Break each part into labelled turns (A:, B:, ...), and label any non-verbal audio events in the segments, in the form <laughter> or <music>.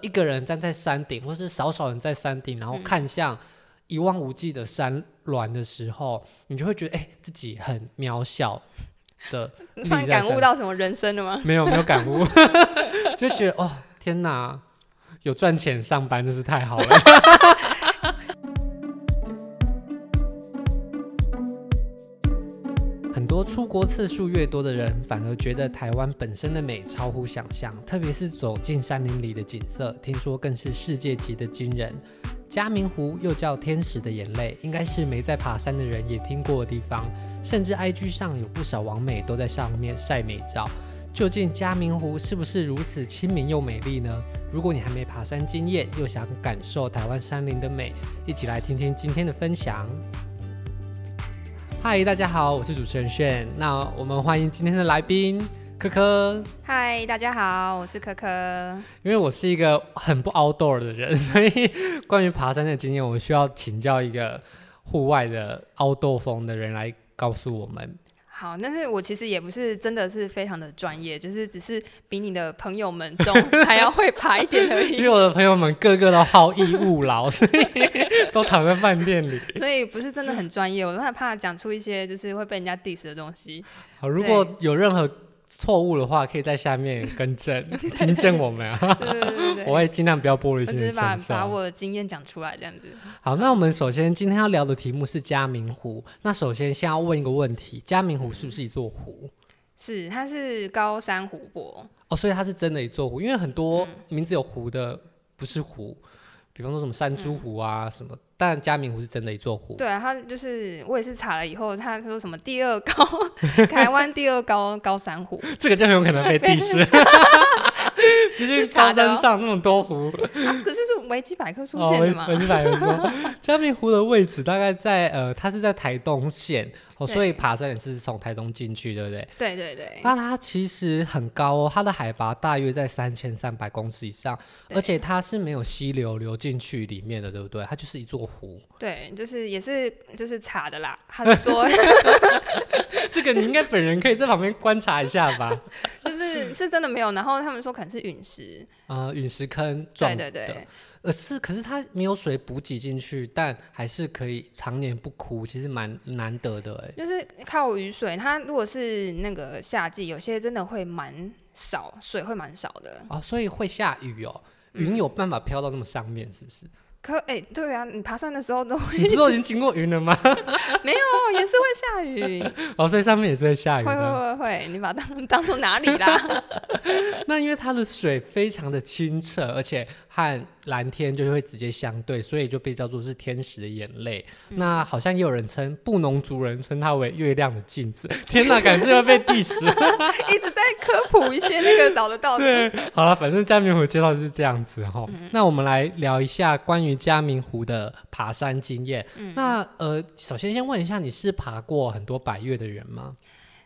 A: 一个人站在山顶，或是少少人在山顶，然后看向一望无际的山峦的时候，你就会觉得哎、自己很渺小的，
B: <laughs> 你突然感悟到什么人生了吗？
A: 没有没有感悟， <laughs> 就觉得哦天哪，有赚钱上班真是太好了。 <laughs> 很多出国次数越多的人，反而觉得台湾本身的美超乎想象，特别是走进山林里的景色，听说更是世界级的惊人。嘉明湖又叫天使的眼泪，应该是没在爬山的人也听过的地方，甚至 IG 上有不少网美都在上面晒美照。究竟嘉明湖是不是如此亲民又美丽呢？如果你还没爬山经验，又想感受台湾山林的美，一起来听听今天的分享。嗨，大家好，我是主持人炫。那我们欢迎今天的来宾科科。
B: 嗨，大家好，我是可可。
A: 因为我是一个很不 outdoor 的人，所以关于爬山的经验，我需要请教一个户外的 outdoor 风的人来告诉我们。
B: 好，但是我其实也不是真的是非常的专业，就是只是比你的朋友们中还要会爬一点而
A: 因
B: <laughs> 已，
A: 为我的朋友们个个都好逸恶劳，所以 <laughs> 都躺在饭店里。
B: 所以不是真的很专业。我都很怕讲出一些就是会被人家 diss 的东 <laughs> 西。
A: 好，如果有任何错误的话，可以在下面更
B: <laughs>
A: 正， <laughs> 听正我们啊，
B: 对对对对对，
A: 我
B: 我
A: 会尽量不要玻璃
B: 只
A: 心
B: 是把
A: 承
B: 把
A: 受。
B: 我的经验讲出来这样子。
A: 好，那我们首先今天要聊的题目是嘉明湖。那首先先要问一个问题：嘉明湖是不是一座湖？
B: 是，它是高山湖泊，
A: 哦，所以它是真的一座湖，因为很
B: 嗯
A: 多名字有湖的不是湖，比方说什么山猪湖啊、什么，但嘉明湖是真的一座湖。
B: 嗯对啊，它就是我也是查了以后，他说什么第二高， <laughs> 台湾第二高高山湖，
A: 这个就很有可能被
B: <laughs>
A: diss，毕竟
B: 是
A: 高
B: 查的哦
A: 山上那么多湖，
B: 啊可是是维基百科出
A: 哦，
B: 现
A: 我
B: 的嘛？
A: 我是百
B: <laughs>
A: 说，嘉明湖的位置大概在呃，它是在台东县哦，所以
B: 对
A: 爬山也是从台东进去，对不对？
B: 对对对，
A: 那它其实很高哦，它的海拔大约在三千三百公尺以上，
B: 对
A: 而且它是没有溪流流进去里面的，对不对？它就是一座
B: <laughs>
A: 湖。
B: 对，就是也是就是查的啦。他
A: <laughs>
B: 是说，
A: 这个你应该本人可以在旁边观察一下
B: <laughs>
A: 吧？
B: 就是是真的没有。然后他们说可能是陨石，
A: 呃，陨石坑撞
B: 对
A: 的，
B: 对对，
A: 呃是，可是它没有水补给进去，但还是可以常年不枯，其实蛮难得的哎。
B: 就是靠雨水。它如果是那个夏季，有些真的会蛮少，水会蛮少的。
A: 哦，所以会下雨哦，
B: 嗯
A: 云有办法飘到那么上面，是不
B: <laughs>
A: 是？
B: 可哎、对啊，你爬山的时候都会
A: 你不是都已经经过云了吗？ <laughs>
B: 哦，也是会下雨，
A: 哦，所以上面也是会下雨
B: 会会
A: 的。
B: 会会，你把它当 <laughs> 当做哪里
A: <laughs>
B: 啦？
A: 那因为它的水非常的清澈，而且和蓝天就会直接相对，所以就被叫做是天使的眼泪。
B: 嗯
A: 那好像也有人称布农族人称它为月亮的镜子。天哪，感觉要被 diss 了。
B: 一直在科普一些那个找得 <laughs> 到的。
A: 对，好了，反正嘉明湖介绍就是这样子哈、
B: 嗯
A: 那我们来聊一下关于嘉明湖的爬山经验。
B: 嗯
A: 那呃，首先先问一下，你是爬过很多百越的人吗？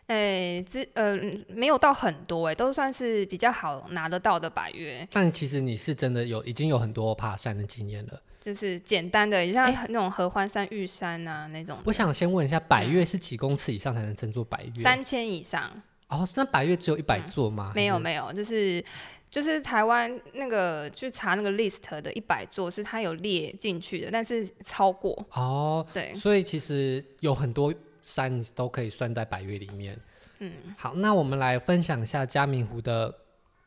B: 哎、之呃嗯没有到很多哎、都算是比较好拿得到的百越，
A: 但其实你是真的有已经有很多爬山的经验了。
B: 就是简单的，就像那种合欢山、玉山啊那种，
A: 我想先问一下，百越是几公尺以上才能称作百越？
B: 嗯三千以上
A: 哦，那百越只有一百座吗？
B: 没有
A: 还是
B: 没有，就是就是台湾那个去查那个 list 的一百座是它有列进去的，但是超过
A: 哦，
B: 对，
A: 所以其实有很多山你都可以算在百越里面。
B: 嗯
A: 好，那我们来分享一下嘉明湖的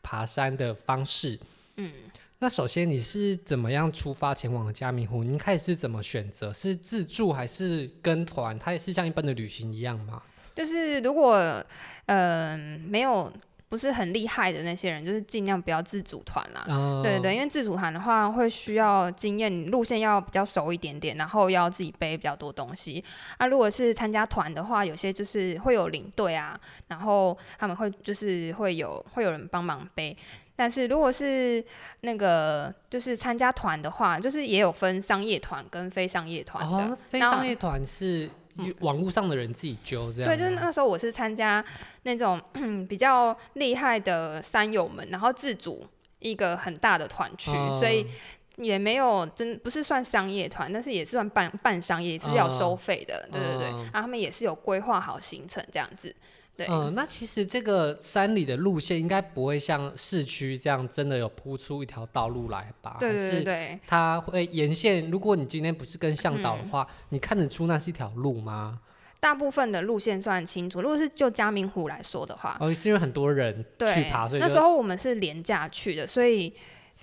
A: 爬山的方式。
B: 嗯，
A: 那首先你是怎么样出发前往嘉明湖？你一开始是怎么选择？是自助还是跟团？它也是像一般的旅行一样吗？
B: 就是如果呃没有不是很厉害的那些人，就是尽量不要自组团啦，
A: 嗯，
B: 啊对对，因为自主团的话会需要经验，你路线要比较熟一点点，然后要自己背比较多东西。啊，如果是参加团的话，有些就是会有领队啊，然后他们会就是会有会有人帮忙背。但是如果是那个就是参加团的话，就是也有分商业团跟非商业团的。
A: 哦，非
B: 那
A: 商业团是网络上的人自己揪这样吗。
B: 对，就是那时候我是参加那种 <clears throat> 嗯比较厉害的山友们，然后自主一个很大的团去，所以
A: 嗯
B: 也没有真不是算商业团，但是也是算
A: 哦
B: 半半商业，也是要收费的，对对对。
A: 嗯
B: 啊，他们也是有规划好行程这样子，对，
A: 嗯、那其实这个山里的路线应该不会像市区这样，真的有铺出一条道路来吧？
B: 对对
A: 还
B: 对
A: 是
B: 对，
A: 它会沿线，如果你今天不是跟向
B: 嗯
A: 导的话，你看得出那是一条路吗？
B: 大部分的路线算清楚。如果是就嘉明湖来说的话，
A: 哦，是因为很多人
B: 对，
A: 去爬，所以
B: 那时
A: 就
B: 候我们是廉价去的，所以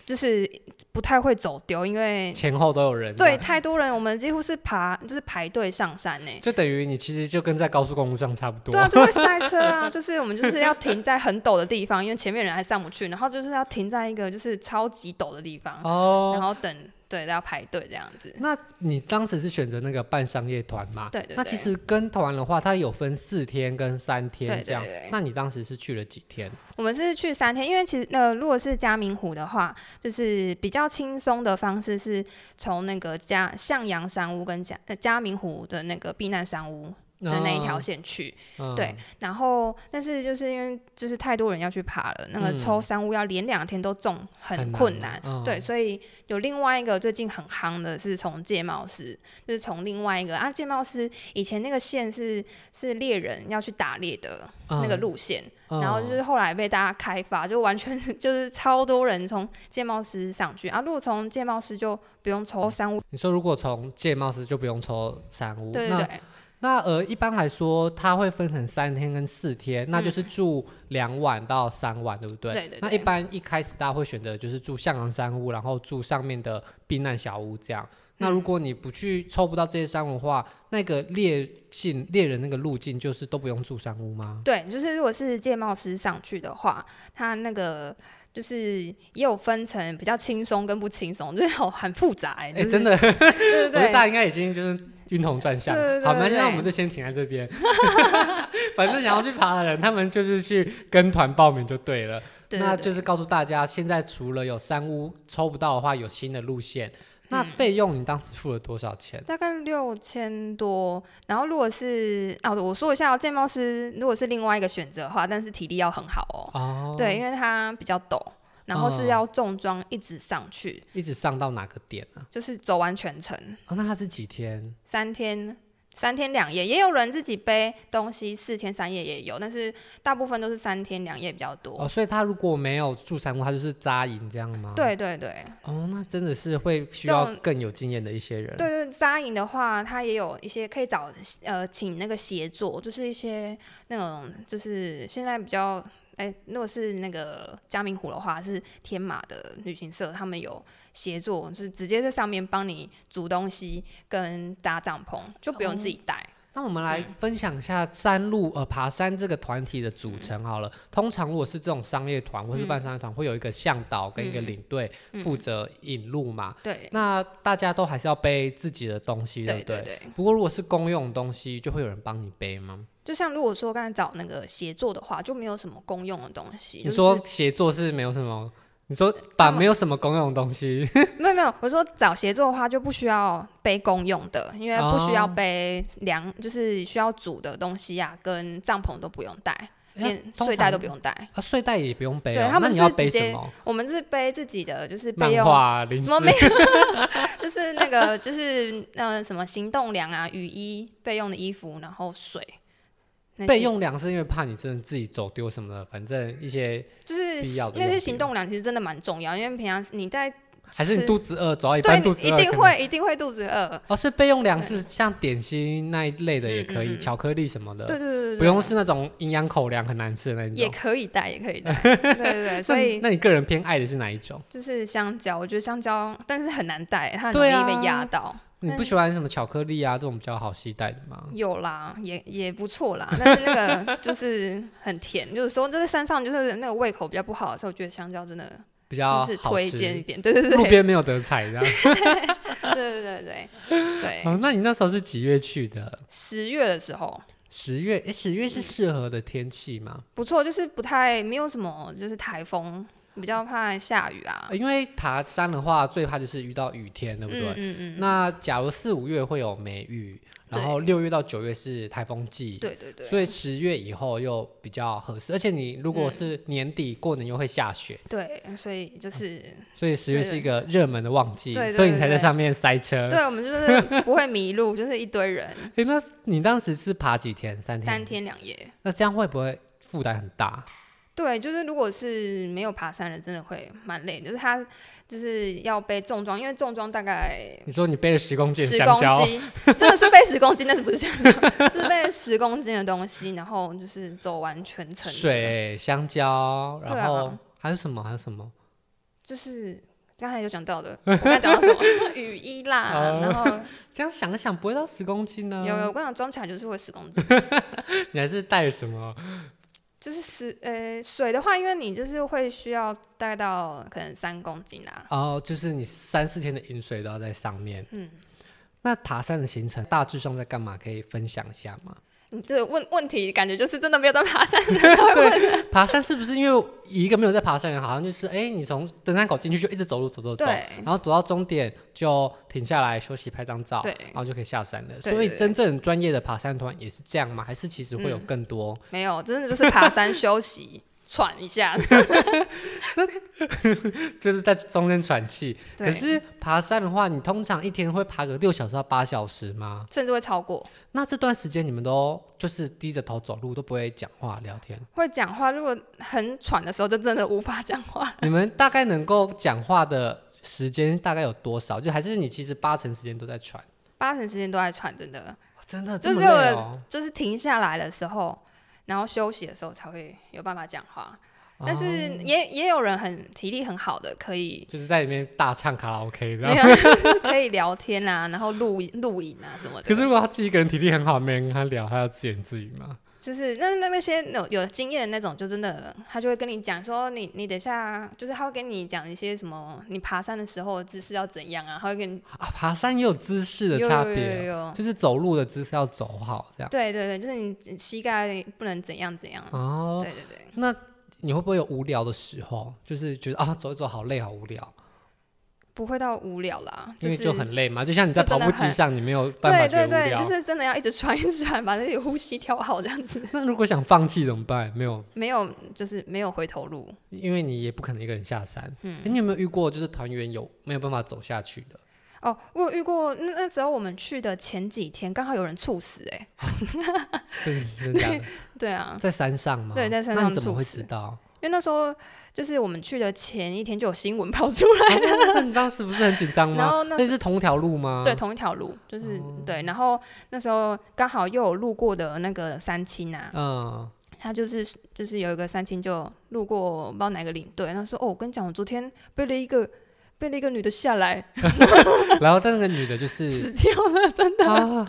B: 就是不太会走丢，因为
A: 前后都有人。
B: 对，太多人，我们几乎是爬就是排队上山呢、
A: 就等于你其实就跟在高速公路上差不多。
B: 对啊，就会塞车
A: <laughs>
B: 啊，就是我们就是要停在很陡的地方，因为前面人还上不去，然后就是要停在一个就是超级陡的地方，然
A: 哦，
B: 后等对要排队这样子。
A: 那你当时是选择那个半商业团嘛？
B: 对对
A: 那
B: 对
A: 其实跟团的话，它有分四天跟三天
B: 对
A: 这样。
B: 对对
A: 那你当时是去了几天？
B: 我们是去三天，因为其实呃，如果是嘉明湖的话，就是比较轻松的方式是从那个嘉向阳山屋跟嘉呃嘉明湖的那个避难山屋的那一条线去，
A: 嗯
B: 对，然后但是就是因为就是太多人要去爬了，那个
A: 嗯
B: 抽山屋要连两天都中，很困难。
A: 嗯
B: 对，所以有另外一个最近很夯的是从界帽师，就是从另外一个啊，界帽师以前那个线是是猎人要去打猎的那个，路线，
A: 嗯
B: 然后就
A: 嗯
B: 是后来被大家开发，就完全 <laughs> 就是超多人从界帽师上去啊。如果从界帽师就不用抽三五，
A: 你说如果从界帽师就不用抽三屋，
B: 对对
A: 哦那
B: 对，
A: 那呃一般来说它会分成三天跟四天，那就是住两晚到三晚，对不对？
B: 嗯对对对
A: 那一般一开始大家会选择就是住向阳山屋，然后住上面的避难小屋这样。那
B: 嗯
A: 如果你不去抽不到这些山屋的话，那个猎进猎人那个路径就是都不用住山屋吗？
B: 对，就是如果是界帽师上去的话，他那个就是也有分成比较轻松跟不轻松，就是好很复杂哎、
A: 哎、
B: 就是
A: 真的，我觉
B: 对对
A: 得大家
B: 对。
A: 应该已经就是晕头转向了。
B: 对对对
A: 好，没
B: 对
A: 关系
B: 对
A: 那我们就先停在这边。 <laughs> 反正想要去爬的人，他们就是去跟团报名就对了。
B: 对
A: 那
B: 对
A: 就是告诉大家，现在除了有山屋抽不到的话，有新的路线。
B: 嗯
A: 那费用你当时付了多少钱？
B: 大概六千多，然后如果是啊，我说一下、哦，界帽师如果是另外一个选择的话，但是体力要很好哦，
A: 哦，
B: 对，，因为它比较陡，然后
A: 哦
B: 是要重装一直上去，
A: 一直上到哪个点啊？
B: 就是走完全程，
A: 哦，那它是几天？
B: 三天三天两夜，也有人自己背东西，四天三夜也有，但是大部分都是三天两夜比较多。
A: 哦，所以他如果没有住山屋，他就是扎营这样吗？。
B: 对对对
A: 哦，那真的是会需要
B: 这种
A: 更有经验的一些人。
B: 对对，扎营的话，它也有一些可以找呃请那个协作，就是一些那种就是现在比较哎，如果是那个嘉明湖的话，是天马的旅行社，他们有协作，就是直接在上面帮你煮东西跟搭帐篷，就不用自
A: 哦
B: 己带。
A: 那我们来
B: 嗯
A: 分享一下山路呃爬山这个团体的组成好
B: 嗯
A: 了。通常如果是这种商业团或是半商业团，会有一个向导跟一个领队
B: 嗯
A: 负责引路嘛。
B: 对
A: 那大家都还是要背自己的东西，
B: 嗯对
A: 不对？
B: 对对，
A: 不过如果是公用的东西，就会有人帮你背吗？
B: 就像如果说刚才找那个协作的话，就没有什么公用的东西。
A: 你
B: 就是呃
A: 说协作是没有什么，你说把没有什么公用的东西， <laughs>
B: 没有没有，我说找协作的话就不需要背公用的，因为不需要
A: 哦
B: 背粮，就是需要煮的东西啊，跟帐篷都不用带，连
A: 通
B: 睡袋
A: 常
B: 都不用带。
A: 啊，睡袋也不用背、
B: 对
A: 哦。
B: 他们
A: 那你要
B: 是
A: 背
B: 直
A: 什
B: 接
A: 么？
B: 我们是背自己的，就是备
A: 漫
B: 用，
A: 画、零食
B: 什么没有，
A: <laughs>
B: <laughs> 就是那个就是呃什么行动粮啊、雨衣、备用的衣服，然后水。那
A: 备
B: 些
A: 用粮食，因为怕你真的自己走丢什么的，反正一些
B: 就是
A: 必要的
B: 那
A: 用
B: 些
A: 品
B: 行动粮，其实真的蛮重要，因为平常你在
A: 还是你
B: 吃
A: 肚子饿，走到一
B: 对
A: 半
B: 你
A: 肚子
B: 一
A: 饿
B: 定
A: 可能
B: 会一定会肚子饿。
A: 哦，所以备用粮食像点心那一类的也可以，
B: 嗯嗯嗯
A: 巧克力什么的，
B: 对对对对，
A: 呃不用
B: 对
A: 是那种营养口粮很难吃的那
B: 也
A: 种。
B: 可以带，也
A: <laughs>
B: 可以带。对对对，所
A: 那
B: 以
A: 那你个人偏爱的是哪一种？
B: 就是香蕉，我觉得香蕉，但是很难带，它很容
A: 对啊
B: 易被压到。
A: 你不喜欢什么巧克力啊这种比较好携带的吗？
B: 有啦，也也不错啦，但是那
A: <laughs>
B: 个就是很甜，就是说真的山上就是那个胃口比较不好的时候，我觉得香蕉真的
A: 比较
B: 就
A: 哦好
B: 是
A: 吃。
B: 推荐一点。对对对，
A: 路
B: 对
A: 边没有得采这样。
B: 对对对对，
A: <laughs> 哦，那你那时候是几月去的？
B: 十月的时候
A: 十月，诶十月是适合的天气吗？
B: 不错，就是不太没有什么就是台风，比较怕下雨啊。
A: 呃因为爬山的话，最怕就是遇到雨天，对不对？
B: 嗯嗯嗯，
A: 那假如四五月会有梅雨，然后六月到九月是台风季，
B: 对对啊对，
A: 所以十月以后又比较合适。而且你如
B: 嗯
A: 果是年底、过年又会下雪，
B: 对，所以就是，
A: 所以十月是一个热门的旺季，
B: 对对对
A: 所以你才
B: 对
A: 在
B: 对
A: 上面塞 <laughs> 车。
B: 对我们就是不会迷路，就是一
A: <laughs>
B: 堆人，
A: 诶那你当时是爬几天？三天。
B: 三。天两夜。
A: 那这样会不会负担很大？
B: 对，就是如果是没有爬山的，真的会蛮累的，就是他就是要背重装，因为重装大概
A: 你说你背了十公斤的
B: 十
A: 香
B: 公
A: 蕉， <laughs>
B: 斤，真的是背十公斤，但是不是香蕉，是背十公斤的东西，然后就是走完全程。，
A: 水、香蕉，
B: 对
A: 然
B: 啊
A: 后还有什么？还有什么？
B: 就是刚才有讲到的，我刚才讲到什么 <laughs> 雨衣啦，
A: 哦 <laughs>
B: 然后
A: 这样想一想，不会到十公斤呢、
B: 有有，我跟你讲，装起来就是会十公斤，
A: 你还是带了什么？
B: 就是十呃水的话，因为你就是会需要带到可能三公斤啊啦。
A: 哦，就是你三四天的饮水都要在上面。
B: 嗯，
A: 那爬山的行程大致上在干嘛？可以分享一下吗？
B: 你嗯这个问问题感觉就是真的没有在爬山才会问
A: <laughs>
B: 的，
A: 爬山是不是因为以一个没有在爬山的人，好像就是哎、你从登山口进去就一直走路走走走，
B: 对
A: 然后走到终点就停下来休息拍张照，
B: <laughs> 对
A: 然后就可以下山了。
B: 对
A: 所以
B: 对
A: 真正专业的爬山团也是这样吗？还是其实会有
B: 嗯
A: 更多？ <laughs>
B: 没有，真的就是爬山休息。 <laughs> 喘一下，
A: 就是在中间喘气。可
B: 对，
A: 是爬山的话，你通常一天会爬个六小时到八小时吗？
B: 甚至会超过。
A: 那这段时间你们都就是低着头走路，都不会讲话聊
B: <laughs>
A: 天。
B: 会讲话，如果很喘的时候，就真的无法讲话。
A: 你们大概能够讲话的时间大概有多少？就还是你其实八成时间都在喘？
B: 八成时间都在喘，真的
A: 哇真的
B: 就
A: 这么
B: 是
A: 累
B: 我
A: 哦、
B: 就是停下来的时候，然后休息的时候才会有办法讲话。但是
A: 哦
B: 也、也有人很体力很好的，可以
A: 就是在里面大唱卡拉 OK 这
B: 没
A: 样。
B: 有 <laughs> 就是可以聊天啊，然后录影录影啊什么的。
A: 可是如果他自己一个人体力很好，没人跟他聊，他要自言自语吗？
B: 就是那那那些有有经验的那种，就真的他就会跟你讲说你，你等一下，就是他会跟你讲一些什么，你爬山的时候姿势要怎样啊，他会跟你
A: 啊，爬山也有姿势的
B: 有
A: 差
B: 有有有
A: 别哦、
B: 有
A: 就是走路的姿势要走好这样。
B: 对对对，就是你膝盖不能怎样怎样。啊
A: 哦，
B: 嗯对对对，
A: 那你会不会有无聊的时候？就是觉得啊，走一走好累，好无聊，
B: 不会到无聊啦，
A: 因为
B: 是
A: 就很累嘛。就像你在
B: 就
A: 跑
B: 真的
A: 步机
B: 很
A: 上，你没有办法
B: 对
A: 觉得
B: 对
A: 无
B: 对，
A: 聊。
B: 就是真的要一直喘 <laughs> 一直喘，把自己呼吸调好这样子，
A: 那如果想放弃怎么办？没有，
B: 没有就是没有回头路。
A: 因为你也不可能一个人下山。嗯，你有没有遇过就是团员有没有办法走下去的？
B: 哦，我有遇过，那那时候我们去的前几天，刚好有人猝死、欸，
A: 真的真的假
B: <laughs>
A: 的？
B: 对啊，
A: 在山上吗？
B: 对在山
A: 那
B: 上
A: 你怎么
B: 猝
A: 会
B: 死
A: 知道？
B: 因为那时候就是我们去的前一天就有新闻跑出
A: <laughs>
B: 来，
A: 啊那你当时不是很紧张
B: 然
A: 吗
B: 后？那
A: 嗯啊那嗯哦是同条路吗？
B: 对，，同一条路，就是、对，然后那时候刚好又有路过的那个三亲啊，
A: 嗯，
B: 他就是就是有一个三亲就路过不知道哪个领队，然后说哦，我跟你讲，我昨天背了一个背了一个女的下来，
A: 然后但那个女的就是
B: <laughs> 死掉了，真的。
A: 啊，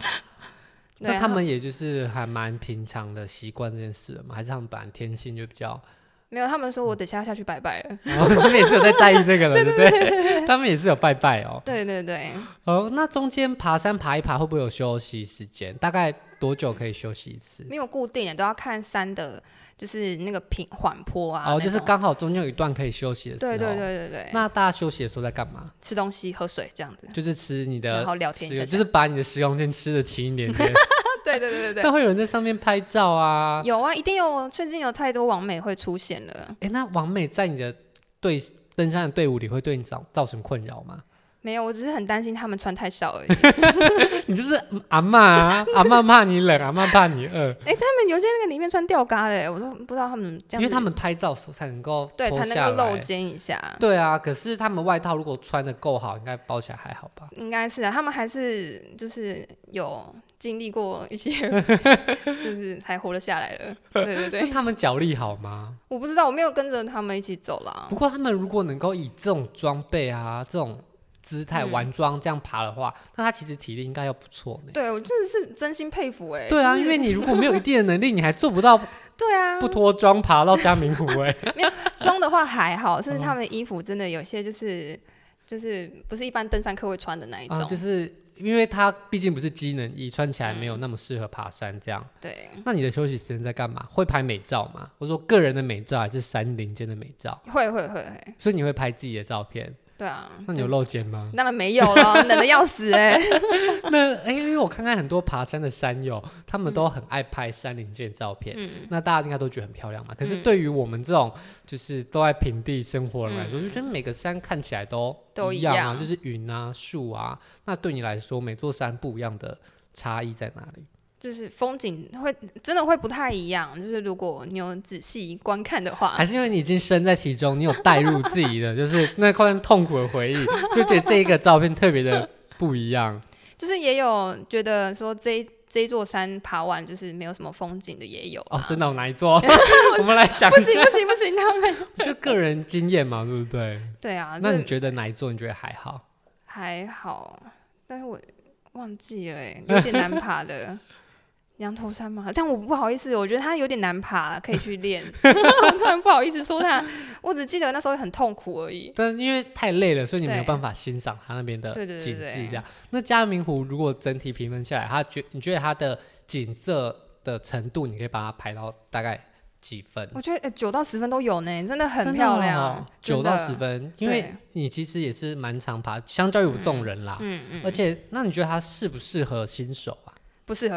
B: <laughs> 对
A: 那
B: 啊
A: 他们也就是还蛮平常的习惯这件事了嘛？还是他们本来天性就比较， <laughs>
B: 没有，他们说我等下下去拜拜了。
A: 哦他们也是有在在意这个的，对不对？他们也是有拜拜哦。
B: 对对对，
A: 哦，那中间爬山爬一爬会不会有休息时间？大概多久可以休息一次？
B: 没有固定的，都要看山的，就是那个平缓坡啊。
A: 哦，就是
B: 那种
A: 刚好中间有一段可以休息的时候。
B: 对对。对对对，
A: 那大家休息的时候在干嘛？
B: 吃东西、喝水这样子，
A: 就是吃你的
B: 然后聊啊天一
A: 十
B: 下
A: 个，
B: 这
A: 就 <laughs>
B: 样。
A: 呃是把你的十公斤吃的轻一点点。
B: 对对 <laughs> 对对
A: 但会有人在上面拍照啊
B: 对，。有啊，一定有，最近有太多网美会出现了。
A: 哎，那王美在你的队登山的队伍里会对你造造成困扰
B: <laughs>
A: 吗？
B: 没有，我只是很担心他们穿太少
A: <laughs>
B: 而已。
A: 你就是嗯阿嬷
B: <laughs>
A: 啊，阿嬷怕你冷，阿嬷怕你饿，
B: 他们有些那个里面穿吊嘎的欸，我都不知道他们怎么这样
A: 因
B: 子，
A: 为他们拍照的时候才能够
B: 对
A: 脱
B: 才
A: 下
B: 能够
A: 来
B: 露肩一下。
A: 对啊，可是他们外套如果穿的够好，应该包起来还好吧？
B: 应该是啊，他们还是就是有经历过
A: <laughs>
B: 一些，就是才活了下来了。对对对
A: 那，他们脚力好吗？
B: 我不知道，我没有跟着他们一起走啦
A: 不。过他们如果能够以这种装备啊、这种姿态
B: 嗯
A: 玩装这样爬的话，那他其实体力应该要不错呢。
B: 对我真的是真心佩服哎、
A: 对啊，
B: 就是
A: 因为你如果没有一定的能力，你还做不到
B: 对啊，
A: 不脱妆爬到嘉
B: <laughs>
A: 明湖哎、
B: 装的话还
A: 嗯
B: 好，甚至他们的衣服真的有些就是就是不是一般登山客会穿的那一种。
A: 啊，就是因为他毕竟不是机能衣，穿起来没有
B: 嗯
A: 那么适合爬山这样。
B: 对，
A: 那你的休息时间在干嘛？会拍美照吗？我说个人的美照还是山林间的美照？
B: 会会会会，
A: 所以你会拍自己的照片，
B: 嗯对啊，
A: 那你有
B: 就
A: 露肩吗？
B: 当然没有了，冷的要死哎、
A: 那哎、因为我看看很多爬山的山友，他们都很爱拍山林间照片。
B: 嗯
A: 那大家应该都觉得很漂亮嘛。可是
B: 嗯
A: 对于我们这种就是都在平地生活的人来说，
B: 嗯
A: 就觉得每个山看起来都
B: 都
A: 一
B: 一
A: 样啊，
B: 样
A: 就是云啊、树啊。那对你来说，每座山不一样的差异在哪里？
B: <laughs> 就是风景会真的会不太一样，就是如果你有仔细观看的话
A: 还，是因为你已经身在其中，你有带入自己的，就是那块痛苦的回忆，就觉得这一个照片特别的不一样。
B: 就是也有觉得说这一这一座山爬完就是没有什么风景的也有
A: 哦
B: 啊，， <laughs>
A: 真的有哪一座？ <laughs> 我们来讲
B: 不，行不行不行，他们
A: 就个人经验嘛，对不对？
B: 对啊，就
A: 那你
B: 是
A: 觉得哪一座你觉得还好？
B: 还好，但是我忘记了、欸，有点难
A: <laughs>
B: 爬的。羊头山吗？这样我不好意思，我觉得它有点难爬，可以
A: <laughs>
B: 去练。 <laughs> 我突然不好意思说它，我只记得那时候很痛苦而已。
A: 但因为太累了，所以你没有
B: 对
A: 办法欣赏它那边的
B: 对对对
A: 景
B: 对
A: 致。这样，那嘉明湖如果整体评分下来，它觉你觉得它的景色的程度，你可以把它排到大概几分？
B: 我觉得呃九到十分都有呢，真的很
A: 真的
B: 漂
A: 哦
B: 亮，
A: 九
B: 真
A: 到
B: 的
A: 十。分，因为
B: 对
A: 你其实也是蛮常爬，相较于我这种人啦。
B: 嗯嗯，
A: 而且，那你觉得它适不适合新手啊？
B: 不适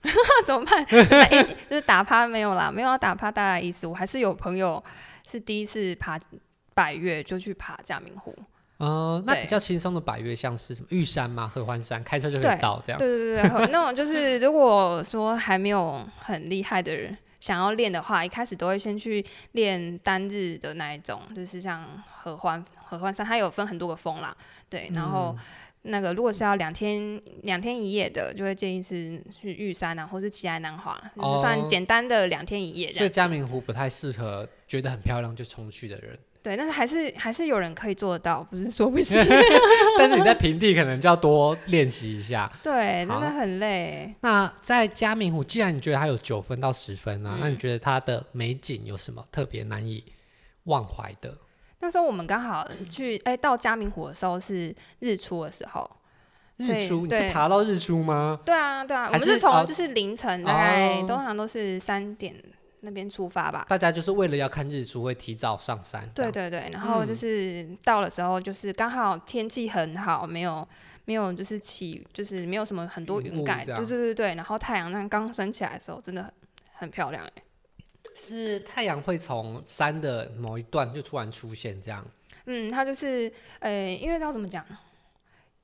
A: <laughs>
B: 合，怎么办？那诶就是打趴没有啦，没有要打趴大家的意思。我还是有朋友是第一次爬百越就去爬嘉明湖，
A: 呃，那
B: 对
A: 比较轻松的百越，像是什么玉山嘛、合欢山，开车就可以
B: 对
A: 到这样。
B: 对对对，很那种就是 <laughs> 如果说还没有很厉害的人。想要练的话，一开始都会先去练单日的那一种，就是像合欢合欢山，它有分很多个峰啦，对。然后
A: 嗯
B: 那个如果是要两天两天一夜的，就会建议是去玉山啊，或是奇来南华，就是
A: 哦
B: 算简单的两天一夜这
A: 所以
B: 样子。
A: 嘉明湖不太适合觉得很漂亮就冲去的人。
B: 对，但是还是还是有人可以做得到，不是说不
A: <laughs>
B: 行。
A: 但是你在平地可能就要多练习一下。
B: 对，真
A: 好
B: 的很累。
A: 那在嘉明湖，既然你觉得它有九分到十分啊，
B: 嗯
A: 那你觉得它的美景有什么特别难以忘怀的？
B: 那时候我们刚好去，哎、到嘉明湖的时候是日出的时候。所以
A: 日出，你是
B: 对
A: 爬到日出吗？
B: 对啊，对啊，我
A: 还
B: 们
A: 是
B: 是
A: 哦
B: 从就是凌晨大概
A: 哦
B: 通常都是三点那边出发吧。
A: 大家就是为了要看日出，会提早上山。
B: 对对对，然后就是到的时候，就是刚好天气很好，没有没有就是起就是没有什么很多
A: 云
B: 云
A: 雾
B: 盖，
A: 这
B: 对
A: 样
B: 对对对，然后太阳那刚升起来的时候，真的很很漂亮哎、
A: 这样是太阳会从山的某一段就突然出现，这样。
B: 嗯，它就是，呃，因为要怎么讲，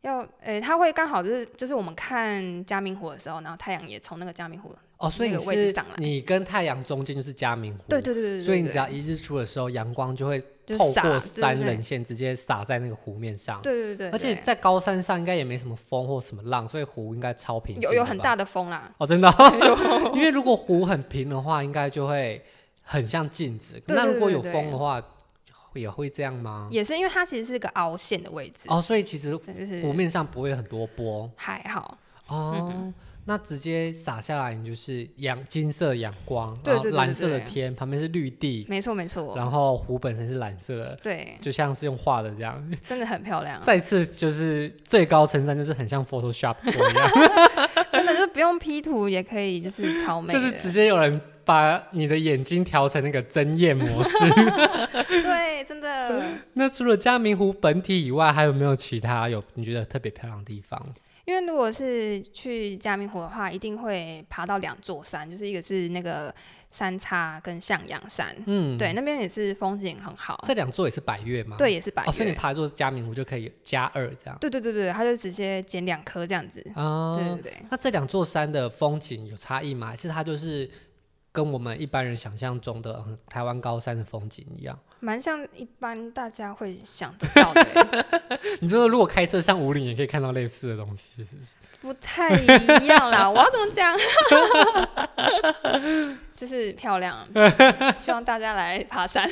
B: 要，呃，它会刚好就是就是我们看嘉明湖的时候，然后太阳也从那个嘉明湖，
A: 哦，所以
B: 那
A: 你
B: 个位置
A: 是
B: 上来
A: 你跟太阳中间就是嘉明湖，
B: 对对对对对，
A: 所以你
B: 对
A: 只要一日出的时候，阳光就会
B: 就
A: 透
B: 洒
A: 过
B: 对对
A: 三
B: 对
A: 棱线直接洒在那个湖面上。
B: 对对对，
A: 而且
B: 对
A: 在高山上应该也没什么风或什么浪，所以湖应该超平静的
B: 有
A: 吧。
B: 有很大的风啦，
A: 哦，真
B: <laughs>
A: 的哦、 <laughs> 因为如果湖很平的话，应该就会很像镜子。
B: 对
A: 那如果
B: 对
A: 有
B: 对
A: 风的话，也会这样吗？
B: 也是因为它其实是个凹陷的位置，
A: 嗯哦，所以其实
B: 但就是
A: 湖面上不会有很多波
B: 还好，
A: 哦。
B: 嗯
A: 那直接洒下来，你就是阳金色的阳光，
B: 对
A: 然后
B: 对对
A: 蓝
B: 对
A: 色的
B: 对
A: 天，旁边是绿地，
B: 没错没错，
A: 然后湖本身是蓝色的， <laughs>
B: 对，
A: 就像是用画的这样。
B: 真的很
A: <laughs>
B: 漂亮，
A: 再次就是最高称赞，就是很像 Photoshop 过一样。
B: 真的就是不用 P 图也可以，就是
A: <laughs>
B: 超美
A: 就
B: 的，
A: 是直接有人把你的眼睛调成那个睁夜模式。 <laughs>
B: 对，真的。
A: 那除了嘉明湖本体以外，还有没有其他有你觉得特别漂亮的地方？
B: 因为如果是去嘉明湖的话，一定会爬到两座山，就是一个是那个三叉跟向阳山，
A: 嗯，
B: 对，，那边也是风景很好，
A: 这两座也是百越吗？
B: 对，，也是白
A: 哦，所以
B: 月，
A: 你爬一座嘉明湖就可以加二这样
B: 对对对对，它就直接捡两颗这样子，
A: 啊。
B: 对对对，
A: 那这两座山的风景有差异吗？还是它就是跟我们一般人想象中的、嗯台湾高山的风景一样？
B: 蛮像一般大家会想得到的欸，
A: <laughs> 你说如果开车上五岭，也可以看到类似的东西，是不是？
B: 不太一样啦，我要怎么讲？ <laughs> 就是漂亮，嗯希望大家来爬山。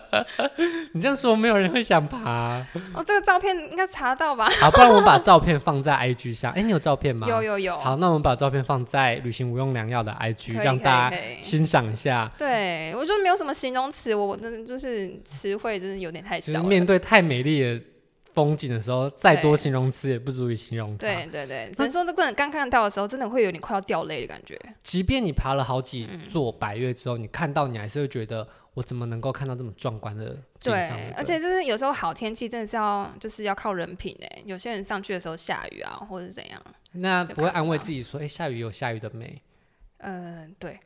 A: <laughs> 你这样说，没有人会想爬 <laughs> 啊、
B: 哦，这个照片应该查得到吧？
A: 好，不然我们把照片放在 IG 上。哎、你有照片吗？
B: 有有有，
A: 好，那我们把照片放在旅行无用良药的 IG，
B: 可以
A: 让
B: 可以
A: 大家
B: 可以
A: 欣赏一下。
B: 对，我就没有什么形容词，我我真的就是词汇真的有点太
A: 就是
B: 少了。
A: 面对太美丽的风景的时候，再多
B: 对
A: 形容词也不足以形容它。
B: 对，对对，只能说这个人刚看到的时候，真的会有点快要掉泪的感觉。
A: 即便你爬了好几座百越之后，你看到你还是会觉得我怎么能够看到这么壮观的景象
B: 对
A: 呢？，
B: 而且就是有时候好天气真的是要就是要靠人品哎、有些人上去的时候下雨啊，或者是怎样，
A: 那
B: 就
A: 不会
B: 看
A: 安慰
B: 到
A: 自己说，哎、下雨有下雨的美。
B: 嗯、对，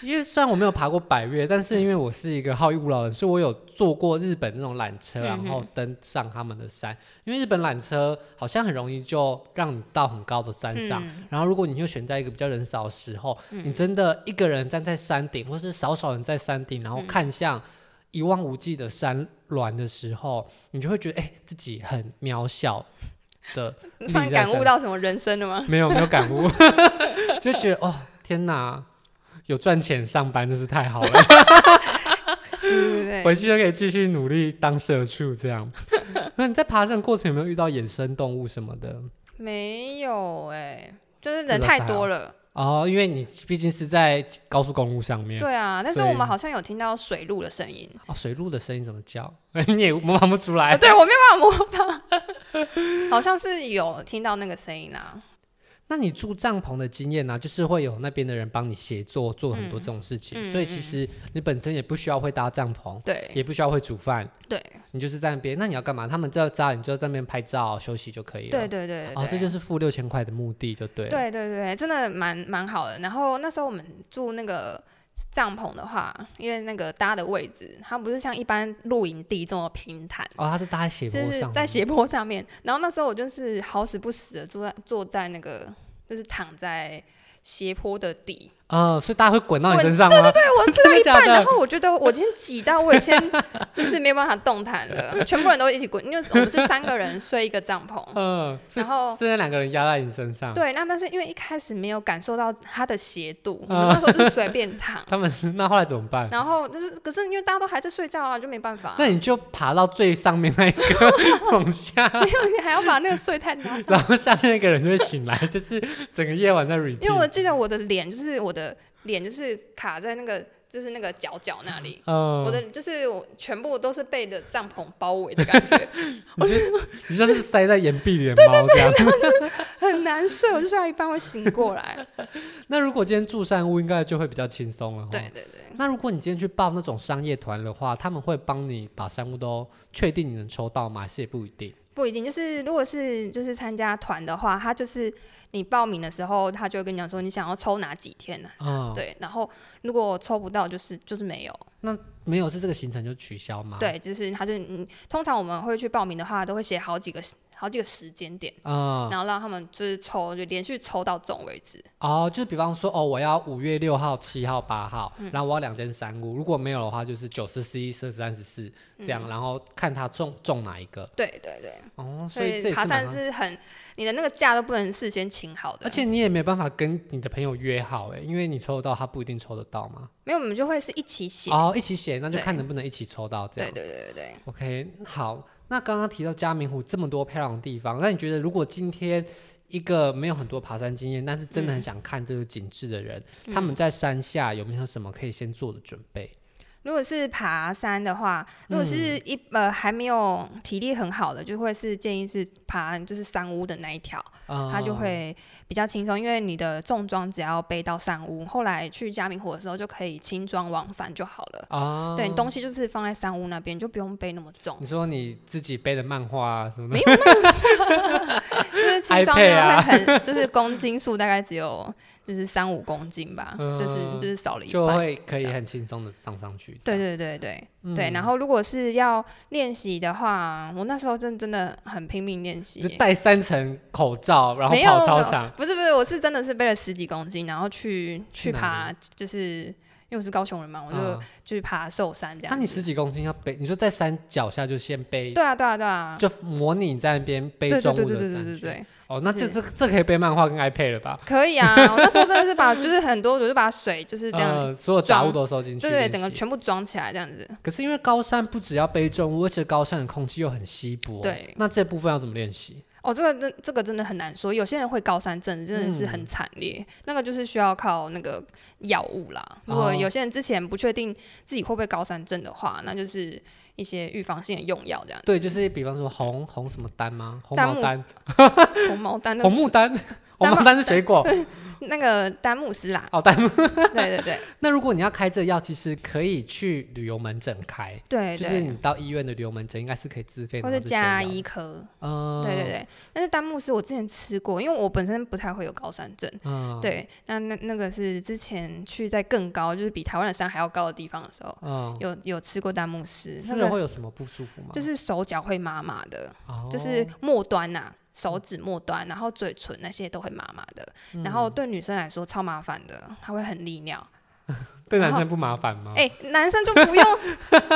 A: 因为虽然我没有爬过百越，但
B: 嗯
A: 是因为我是一个好逸恶劳的人，所以我有坐过日本那种缆车，
B: 嗯哼
A: 然后登上他们的山。因为日本缆车好像很容易就让你到很高的山上，
B: 嗯
A: 然后如果你又选在一个比较人少的时候，你真的一个人站在山顶，或是少少人在山顶，
B: 嗯
A: 然后看向一望无际的山峦的时候，你就会觉得哎、自己很渺小的，
B: 你突然
A: 立在
B: 感
A: 山
B: 悟到什么人生了吗？
A: 没有没有感悟， <laughs> 就觉得哦天哪，有赚钱上班真是太好了。
B: 对对对，
A: 回去就可以继续努力当社畜这
B: <laughs>
A: 样。那你在爬山的过程有没有遇到野生动物什么的？
B: 没有哎、就是
A: 这
B: 人
A: 个
B: 太
A: 还好
B: 多了，
A: 哦，因为你毕竟是在高速公路上面，
B: 对啊，但
A: 嗯
B: 是
A: 所以
B: 我们好像有听到水路的声音，
A: 哦，水路的声音怎么叫？ <laughs> 你也模仿不出
B: 啊
A: 来。
B: 对我没办法模仿， <laughs> 好像是有听到那个声音啊啦，
A: 那你住帐篷的经验呢、就是会有那边的人帮你协作，做很多这种事情，
B: 嗯嗯
A: 所以其实你本身也不需要会搭帐篷，
B: 对
A: 也不需要会煮饭，
B: 对
A: 你就是在那边。那你要干嘛？他们就要扎，你就在那边拍照休息就可以了。
B: 对对对对，
A: 哦，这
B: 对
A: 就是付六千块的目的，就对了。
B: 对对对，真的蛮蛮好的。然后那时候我们住那个帐篷的话，因为那个搭的位置，它不是像一般露营地这么平坦，
A: 哦，他是搭在斜坡
B: 就
A: 上
B: 是
A: 的，
B: 在斜坡上面。然后那时候我就是好死不死的坐在坐在那个，就是躺在斜坡的底，
A: 嗯，所以大家会滚到你
B: 滚
A: 身上吗？
B: 对我
A: <laughs>
B: 坐到
A: 真的
B: 一
A: 假
B: 半，
A: 的
B: 然后我觉得我已经挤到我已
A: <laughs>
B: 经就是没有办法动弹了，全部人都一起滚，因为我们是三个人睡一个帐
A: <laughs>
B: 篷。
A: 嗯，是
B: 然后
A: 剩下两个人压在你身上，
B: 对，那但是因为一开始没有感受到它的斜度，我
A: 嗯
B: 们那时候就是随
A: <laughs>
B: 便躺，
A: 他们那后来怎么办？
B: 然后就是，可是因为大家都还在睡觉啊，就没办法、
A: 那你就爬到最上面那一
B: <laughs>
A: 个往下，
B: 没有，你还要把那个睡袋拿上。
A: 然后下面那个人就会醒来，就是整个夜晚在 repeat。
B: 因为我记得我的脸就是我的脸就是卡在那个就是那个角角那里，
A: 嗯，
B: 我的就是我全部都是被的帐篷包围的感觉，
A: 你
B: <laughs>
A: 就你像是塞在岩壁里的猫这样。
B: 很难睡。我就睡到一半会醒过来。
A: 那如果今天住山屋，应该就会比较轻松了。
B: 对。对对，
A: 那如果你今天去报那种商业团的话，他们会帮你把山屋都确定你能抽到吗？还是也不一定？
B: 不一定，就是如果是就是参加团的话，他就是你报名的时候，他就会跟你讲说你想要抽哪几天呢、
A: 嗯，
B: 对，然后如果抽不到，就是就是没有。
A: 没有，是这个行程就取消吗？，
B: 对，就是他就是嗯，通常我们会去报名的话，都会写好几个好几个时间点，
A: 嗯，
B: 然后让他们就是抽，就连续抽到中为止。
A: 哦，就是比方说，哦，我要五月六号、七号、八号，
B: 嗯
A: 然后我要两间三屋，如果没有的话，就是九十四、四三十四这样，
B: 嗯
A: 然后看他中中哪一个。
B: 对对对，
A: 哦，所
B: 所
A: 以这
B: 以
A: 也
B: 爬
A: 是蛮
B: 山是很你的那个假都不能事先请好的，
A: 而且你也没办法跟你的朋友约好，哎，因为你抽得到，他不一定抽得到嘛。
B: 没有我们就会是一起写。
A: 哦，一起写，那就
B: 对
A: 看能不能一起抽到这
B: 对
A: 样。
B: 对对对对，
A: OK，好，那刚刚提到嘉明湖这么多漂亮的地方，那你觉得如果今天一个没有很多爬山经验，但是真的
B: 嗯
A: 很想看这个景致的人，他们在山下有没有什么可以先做的准备？
B: 如果是爬山的话，如果是
A: 嗯
B: 一、呃还没有体力很好的，就会是建议是爬就是山屋的那一条。
A: 啊
B: 它就会比较轻松，因为你的重装只要背到山屋，后来去嘉明湖的时候就可以轻装往返就好了。
A: 啊，
B: 对，你东西就是放在山屋那边，你就不用背那么重
A: 你，说你自己背的漫画啊什么
B: 没
A: 的， <laughs>
B: 就是轻
A: iPad
B: 装真的
A: 啊
B: 会很，就是公斤数大概只有就是三五公斤吧，就是
A: 嗯
B: 就是少了一
A: 就
B: 半。
A: 会可以很轻松的上上去。
B: 对对对对
A: 嗯
B: 对，然后如果是要练习的话，我那时候真真的很拼命练习
A: 就
B: 耶，
A: 戴三层口罩，然后
B: 没有
A: 跑操场。
B: 不是不是，我是真的是背了十几公斤，然后去
A: 去
B: 去
A: 哪
B: 爬，就是因为我是高雄人嘛，我就
A: 嗯
B: 去爬寿山这
A: 那
B: 样
A: 你
B: 子。
A: 十几公斤要背，你说在山脚下就先背，
B: 对啊，对啊，对啊，
A: 就模拟你在那边背
B: 对对
A: 重
B: 对
A: 物
B: 对
A: 的
B: 对对
A: 感
B: 对对
A: 觉。
B: 对，
A: 哦，那这
B: 是
A: 这这可以背漫画跟 iPad 了吧？
B: 可以啊！我那时候真的是把，就是很多，我就把水就是这样，
A: <laughs> 呃，所有杂物
B: 装
A: 都收进嗯去
B: 对
A: 练习。
B: 对，整个全部装起来这样子。
A: 可是因为高山不只要背重物，而且高山的空气又很稀薄。
B: 对
A: 那这部分要怎么练习？
B: 哦，这个真这个真的很难说，有些人会高山症，真的是
A: 嗯
B: 很惨烈，那个就是需要靠那个药物啦。如
A: 哦
B: 果有些人之前不确定自己会不会高山症的话，那就是一些预防性的用药这样子。
A: 对，就是比方说红红什么丹吗？红
B: 丹
A: 毛
B: 木
A: 丹、
B: 红毛丹那
A: 红
B: 水 <laughs>
A: 木丹、红毛丹是水果，
B: 那个丹木斯啦
A: <laughs> 哦，丹木。
B: 对
A: <laughs>
B: 对对
A: 那如果你要开这个药，其实可以去旅游门诊开，
B: 对
A: 就是你
B: 对，
A: 到医院的旅游门诊应该是可以自费，
B: 或
A: 者
B: 是加医，科，
A: 嗯，
B: 对对，对。但是丹木斯我之前吃过，因为我本身不太会有高山症，
A: 嗯，，
B: 对，那那那个是之前去在更高，就是比台湾的山还要高的地方的时候，
A: 嗯，
B: 有有吃过丹木斯，
A: 吃
B: 那
A: 了
B: 个
A: 会有什么不舒服吗？
B: 就，是手脚会麻麻的，
A: 哦、
B: 就是末端呐、手指末端，然后嘴唇那些都会麻麻的，
A: 嗯
B: 然后对女生来说超麻烦的，她会很利尿。
A: 对
B: 然
A: 男
B: 后
A: 生不麻烦吗？
B: 哎、男生就不用，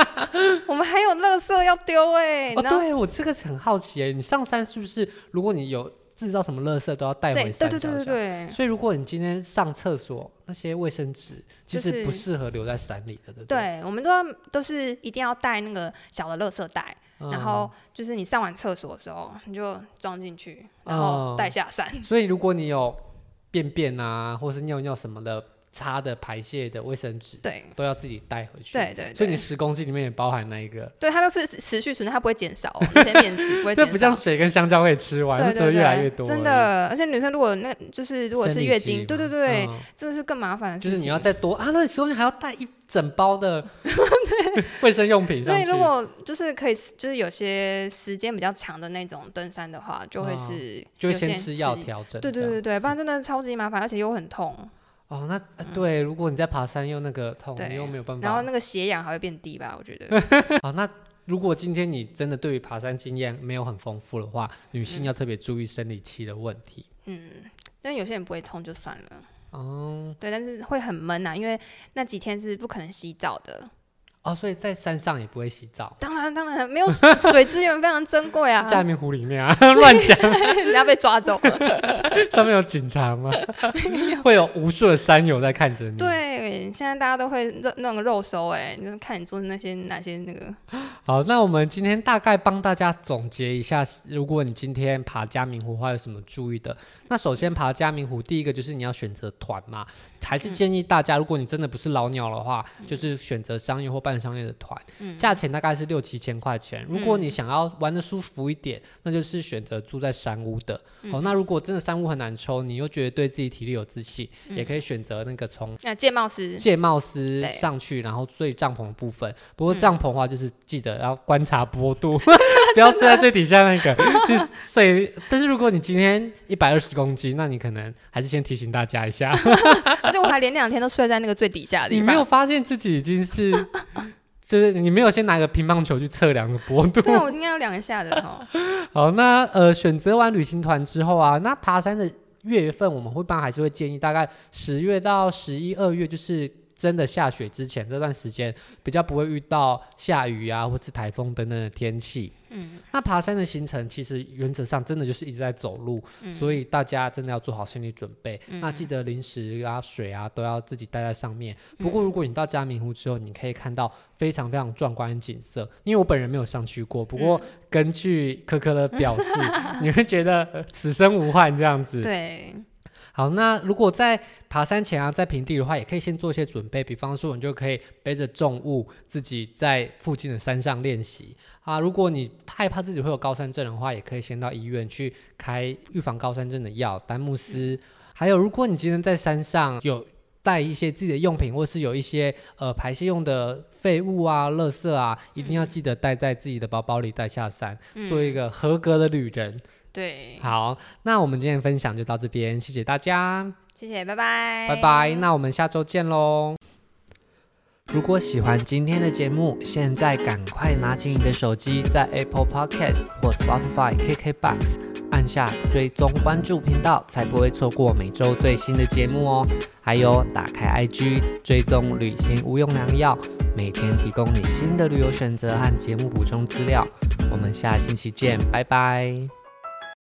B: <laughs> 我们还有垃圾要丢哎、
A: 哦，
B: 然后
A: 对我这个很好奇哎，你上山是不是如果你有制造什么垃圾都要带
B: 对
A: 回
B: 对
A: 山
B: 对
A: 脚
B: 对对
A: 下？
B: 对，
A: 所以如果你今天上厕所，那些卫生纸其
B: 就
A: 实不
B: 是
A: 适合留在山里的，对不对？
B: 对，我们都要都是一定要带那个小的垃圾袋，
A: 嗯
B: 然后就是你上完厕所的时候，你就装进去，然
A: 哦
B: 后带下山。 <laughs>
A: 所以如果你有便便啊，或是尿尿什么的，擦的排泄的卫生纸
B: 对
A: 都要自己带回去。
B: 对对
A: 所以你
B: 对，
A: 十公斤里面也包含那一个，
B: 对它都是持续存在，它不会减少、哦，前面值不
A: <laughs>
B: 会
A: 这
B: 减少。
A: 不像水跟香蕉可以吃完，
B: 对
A: 这只会
B: 对
A: 越来
B: 对
A: 越，多。
B: 真，的，而且女生如果那就是如果
A: 生
B: 是
A: 理
B: 月
A: 期
B: 经，对
A: 嘛
B: 对对，
A: 嗯
B: 这个是更麻烦的事
A: 就
B: 情。
A: 是你要再多啊，那你十公斤还要带一整包
B: <laughs>
A: 的卫生用品上
B: 所以
A: 去。
B: 如果就是可以，就是有些时间比较长的那种登山的话，就会
A: 哦
B: 是
A: 就会
B: 有
A: 先
B: 些人
A: 吃药调整。
B: 对
A: 这
B: 对
A: 样。
B: 对对，不然真的超级麻烦，而且又很痛，
A: 哦，那呃对，如果你在爬山又那个痛，
B: 嗯对
A: 你又没有办
B: 然后
A: 法。
B: 那个血氧还会变低吧？我
A: <laughs>
B: 觉得
A: 好，那如果今天你真的对于爬山经验没有很丰富的话，女性要特别注意生理期的问题。
B: 但有些人不会痛就算了，
A: 哦
B: 对，但是会很闷啊，因为那几天是不可能洗澡的。
A: 哦，所以在山上也不会洗澡，
B: 当然当然，没有水水资源非常珍贵啊
A: 是，
B: <laughs>
A: 加明湖里面啊， <laughs> 乱讲，
B: 人家被抓走了。
A: 上面有警察
B: <laughs>
A: 吗？会有无数的山友在看着你。，
B: 对，现在大家都会肉那种肉搜哎、你就看你做那些哪些那个，
A: <laughs> 好，那我们今天大概帮大家总结一下，如果你今天爬嘉明湖的话，有什么注意的？那首先爬嘉明湖，第一个就是你要选择团嘛，还是建议大家，如果你真的不是老鸟的话，就是选择商业或半商业的团，
B: 嗯，
A: 价钱大概是六七千块钱。如果你想要玩的舒服一点，那就是选择住在山屋的。哦，那如果真的山屋很难抽，你又觉得对自己体力有自信，也可以选择那个从
B: 那、戒茂师
A: 界帽师
B: 对嗯
A: 上去，然后最帐篷的部分。不过帐篷的话，就是记得要观察坡
B: <laughs>
A: 度，不要睡在最底下那个，就是睡。但是如果你今天一百二十公斤，那你可能还是先提醒大家一下，
B: <laughs> 而且我还连两天都睡 <laughs> 在那个最底下的
A: 你
B: 地
A: 没有
B: 方。
A: 发现自己已经是， <laughs> 就是你没有先拿个乒乓球去测量的坡度。
B: 对，我啊应该要量一下的
A: <laughs>
B: 哦哈。
A: 好，那呃，选择完旅行团之后啊，那爬山的月份我们会帮还是会建议大概十月到十一二月，就是真的下雪之前这段时间，比较不会遇到下雨啊或是台风等等的天气。嗯，那爬山的行程其实原则上真的就是一直在走路，所以大家真的要做好心理准备。那记得零食啊、水啊都要自己带在上面。不过如果你到嘉明湖之后，你可以看到非常非常壮观的景色，因为我本人没有上去过，不过根据科科的表示， <laughs> 你会觉得呃此生无憾这样子。
B: 对，
A: 好，那如果在爬山前啊，在平地的话，也可以先做一些准备，比方说你就可以背着重物，自己在附近的山上练习啊。如果你害怕自己会有高山症的话，也可以先到医院去开预防高山症的药，丹木斯。还有，如果你今天在山上有带一些自己的用品，或是有一些呃排泄用的废物啊、垃圾啊，一定要记得带在自己的包包里带下山，做一个合格的旅人。
B: 对，
A: 好，那我们今天的分享就到这边，谢谢大家。
B: 谢谢，拜拜，
A: 拜拜，那我们下周见喽。如果喜欢今天的节目，现在赶快拿起你的手机，在 Apple Podcast 或 Spotify、KKBox 按下追踪关注频道，才不会错过每周最新的节目哦。还有，打开 IG 追踪旅行无用良药，每天提供你新的旅游选择和节目补充资料。我们下星期见，拜拜。